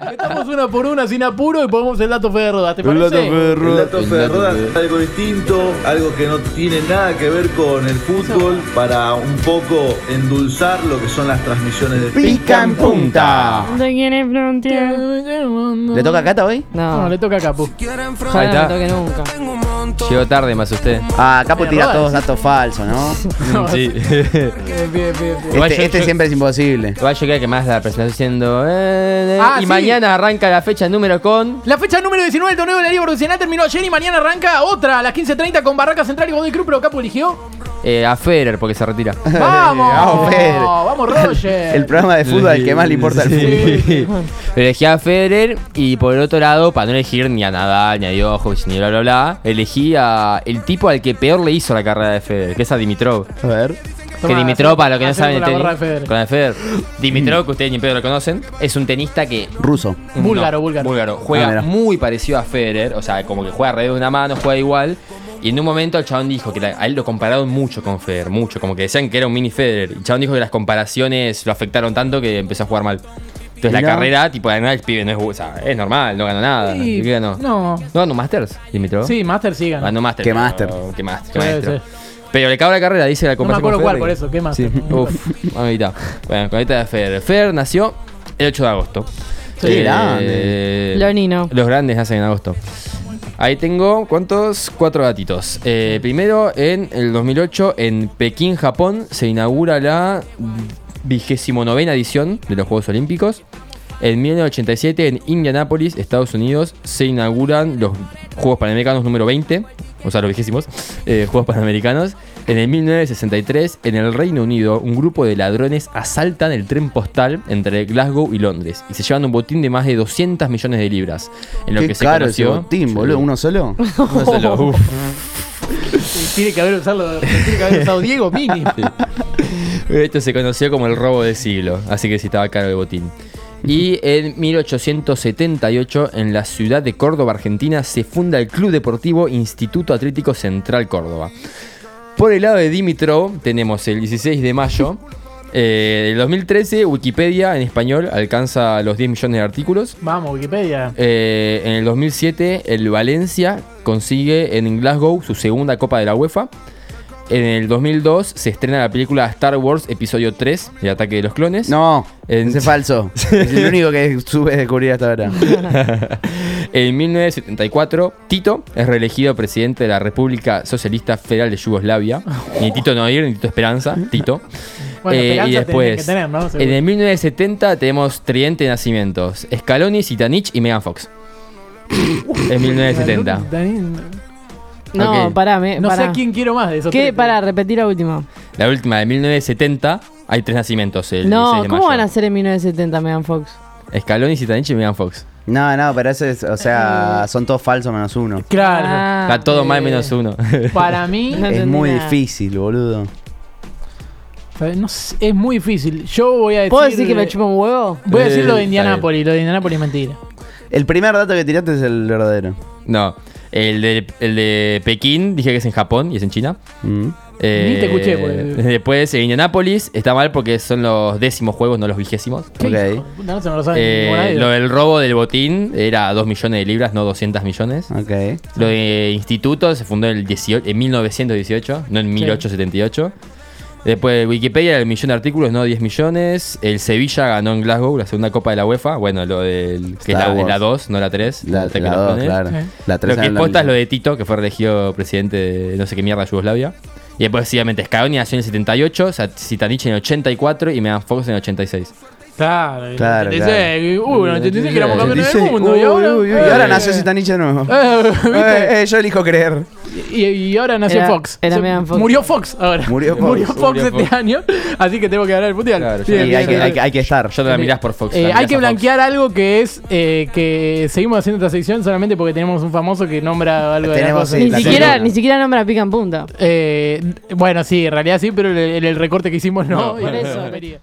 Metamos una por una sin apuro y ponemos el dato fe de rodas, ¿te parece? El dato El de dato Rodas de- es algo distinto, algo que no tiene nada que ver con el fútbol, para un poco endulzar lo que son las transmisiones de Pica en punta. ¿Le toca a Cata hoy? No, No, le toca a Capu. ojalá no me toque nunca. Llegó tarde, me asusté. Ah, Capo Eh, tira Rodas. todos datos falsos, ¿no? Sí. Bien, bien, bien, bien. Igual Este, yo- este yo- siempre es imposible. Igual yo creo que más la presentación diciendo. eh, eh, Ah, y sí. mañana arranca la fecha número con. La fecha número 19 del torneo de la Liga Profesional terminó ayer y mañana arranca otra a las 15.30 con Barraca Central y Godoy Cruz, pero Capu eligió. eh, a Federer, porque se retira. ¡Vamos! Vamos, Fer. ¡Vamos, Roger! El programa de fútbol al que más le importa el fútbol. Sí. Pero elegí a Federer y por el otro lado, para no elegir ni a Nadal, ni a Djokovic, ni bla bla bla, elegí a el tipo al que peor le hizo la carrera de Federer, que es a Dimitrov. A ver. Tomá, que Dimitrov, para los que no hacé saben con de la gorra tenis- de Federer. con la de Federer. Dimitrov, que ustedes ni en pedo lo conocen, es un tenista que Ruso. Búlgaro, búlgaro. Ah, Juega mira. muy parecido a Federer, o sea, como que juega alrededor de una mano, juega igual. Y en un momento el chabón dijo que la- a él lo compararon mucho con Federer, mucho. Como que decían que era un mini Federer. Y el chabón dijo que las comparaciones lo afectaron tanto que empezó a jugar mal. Entonces la Mirá. carrera, tipo, de nada, el pibe no es, bu- o sea, es normal, no ganó nada. Sí, ¿Y qué ganó? no. ¿No ganó Masters, Dimitrov? Sí, Master sí ganó. Ganó Masters. ¿Qué pero- Masters? ¿Qué Masters? Sí, qué maestro. sí. Pero le cago la carrera, dice la No me comparación acuerdo con cuál, Federer. por eso, ¿qué más? Sí. Uf, mamita. Bueno, con esta de Federer. Federer nació el 8 de agosto. Eh, Sí. Qué grande. Lo ni no. Los grandes nacen en agosto. Ahí tengo, ¿cuántos? Cuatro gatitos. Eh, primero, en el 2008, en Pekín, Japón, se inaugura la vigésimo novena edición de los Juegos Olímpicos. En 1987, en Indianápolis, Estados Unidos, se inauguran los Juegos Panamericanos número 20, o sea, los vigésimos eh, Juegos Panamericanos. En el 1963, en el Reino Unido, un grupo de ladrones asaltan el tren postal entre Glasgow y Londres y se llevan un botín de más de 200 millones de libras. En lo Qué que se caro ese conoció, botín, boludo. ¿Uno solo? Uno solo, uf. Tiene que haber usado, tiene que haber usado Diego Mini. Esto se conoció como el robo del siglo, así que sí estaba caro el botín. Y en 1878, en la ciudad de Córdoba, Argentina, se funda el Club Deportivo Instituto Atlético Central Córdoba. Por el lado de Dimitrov, tenemos el 16 de mayo. eh, del 2013, Wikipedia en español alcanza los 10 millones de artículos. Vamos, Wikipedia. Eh, en el 2007, el Valencia consigue en Glasgow su segunda Copa de la UEFA. En el 2002 se estrena la película Star Wars Episodio 3, El ataque de los clones. No. En- Ese es falso. Es el único que sube a descubrir hasta ahora. En 1974, Tito es reelegido presidente de la República Socialista Federal de Yugoslavia. Ni Tito Noir, ni Tito Esperanza, Tito. Bueno, Eh, esperanza y tenés después, que tener, ¿no? Seguro. en el 1970 tenemos Tridente de Nacimientos, Scaloni, Citanich y Megan Fox. En 1970. No, Ok. pará, me, No sé pará. a quién quiero más de esos. ¿Qué? tres. Pará, repetí la última. La última de 1970. Hay tres nacimientos. El No, 16 de ¿cómo mayo. van a ser en 1970 Megan Fox? Scaloni, Zitanich y Megan Fox. No, no, pero eso es, o sea, son todos falsos menos uno. Claro. Ah. Está todo eh. mal menos uno. uno. Para mí, No Es entendí muy nada. difícil, boludo. no sé, es muy difícil. Yo voy a decir. ¿Puedo decir que me chupa un huevo? Voy a decir lo de Eh, está bien. Indianápolis. Lo de Indianápolis es mentira. El primer dato que tiraste es el verdadero. no. El de, el de Pekín, dije que es en Japón y es en China. Mm. Eh, Ni te escuché, boludo. Después en Indianápolis está mal porque son los décimos juegos, no los vigésimos. ¿Qué Ok. hijo de puta? No se me lo sabe Eh, ninguna de lo ellas. del robo del botín era 2 millones de libras, no 200 millones. Ah. Ok. Lo de instituto se fundó en, el 18 en 1918, no en 1878. Después Wikipedia, el millón de artículos, no 10 millones. El Sevilla ganó en Glasgow la segunda Copa de la UEFA. Bueno, lo del que es Star la, Wars. la 2, no la 3. La, la dos, claro. Sí. La tres Eh. Lo que eran la importa es misma. lo de Tito, que fue elegido presidente de no sé qué mierda Yugoslavia. Y después, obviamente, Scaloni nació en el 78, Sitanich en el 84 y Megan Fox en el 86. Claro, Claro, claro. Uy, bueno, 86 que éramos campeones del 86. mundo. y Eh, Uy, ahora, uy, uy, y eh, ahora nació Citaniche de nuevo. eh, ¿viste? Eh, eh, yo elijo creer. Y, y ahora nació Era- Fox. era Se- Megan Fox. Murió Fox ahora. Murió Fox. Murió Fox Murió este Fox. año. Así que tengo que ganar el mundial. Claro, Bien, ya- Y bien, hay que, bien. hay que- hay que estar. Ya no la mirás por Fox. Eh, la hay mirás que a Fox. blanquear algo que es eh, que seguimos haciendo esta sección solamente porque tenemos un famoso que nombra algo de la Tenemos cosa. Sí, Ni la siquiera, columna. ni siquiera nombra pica en punta. Eh, bueno, sí, en realidad sí, pero en el, en el recorte que hicimos no. No, Y- por eso.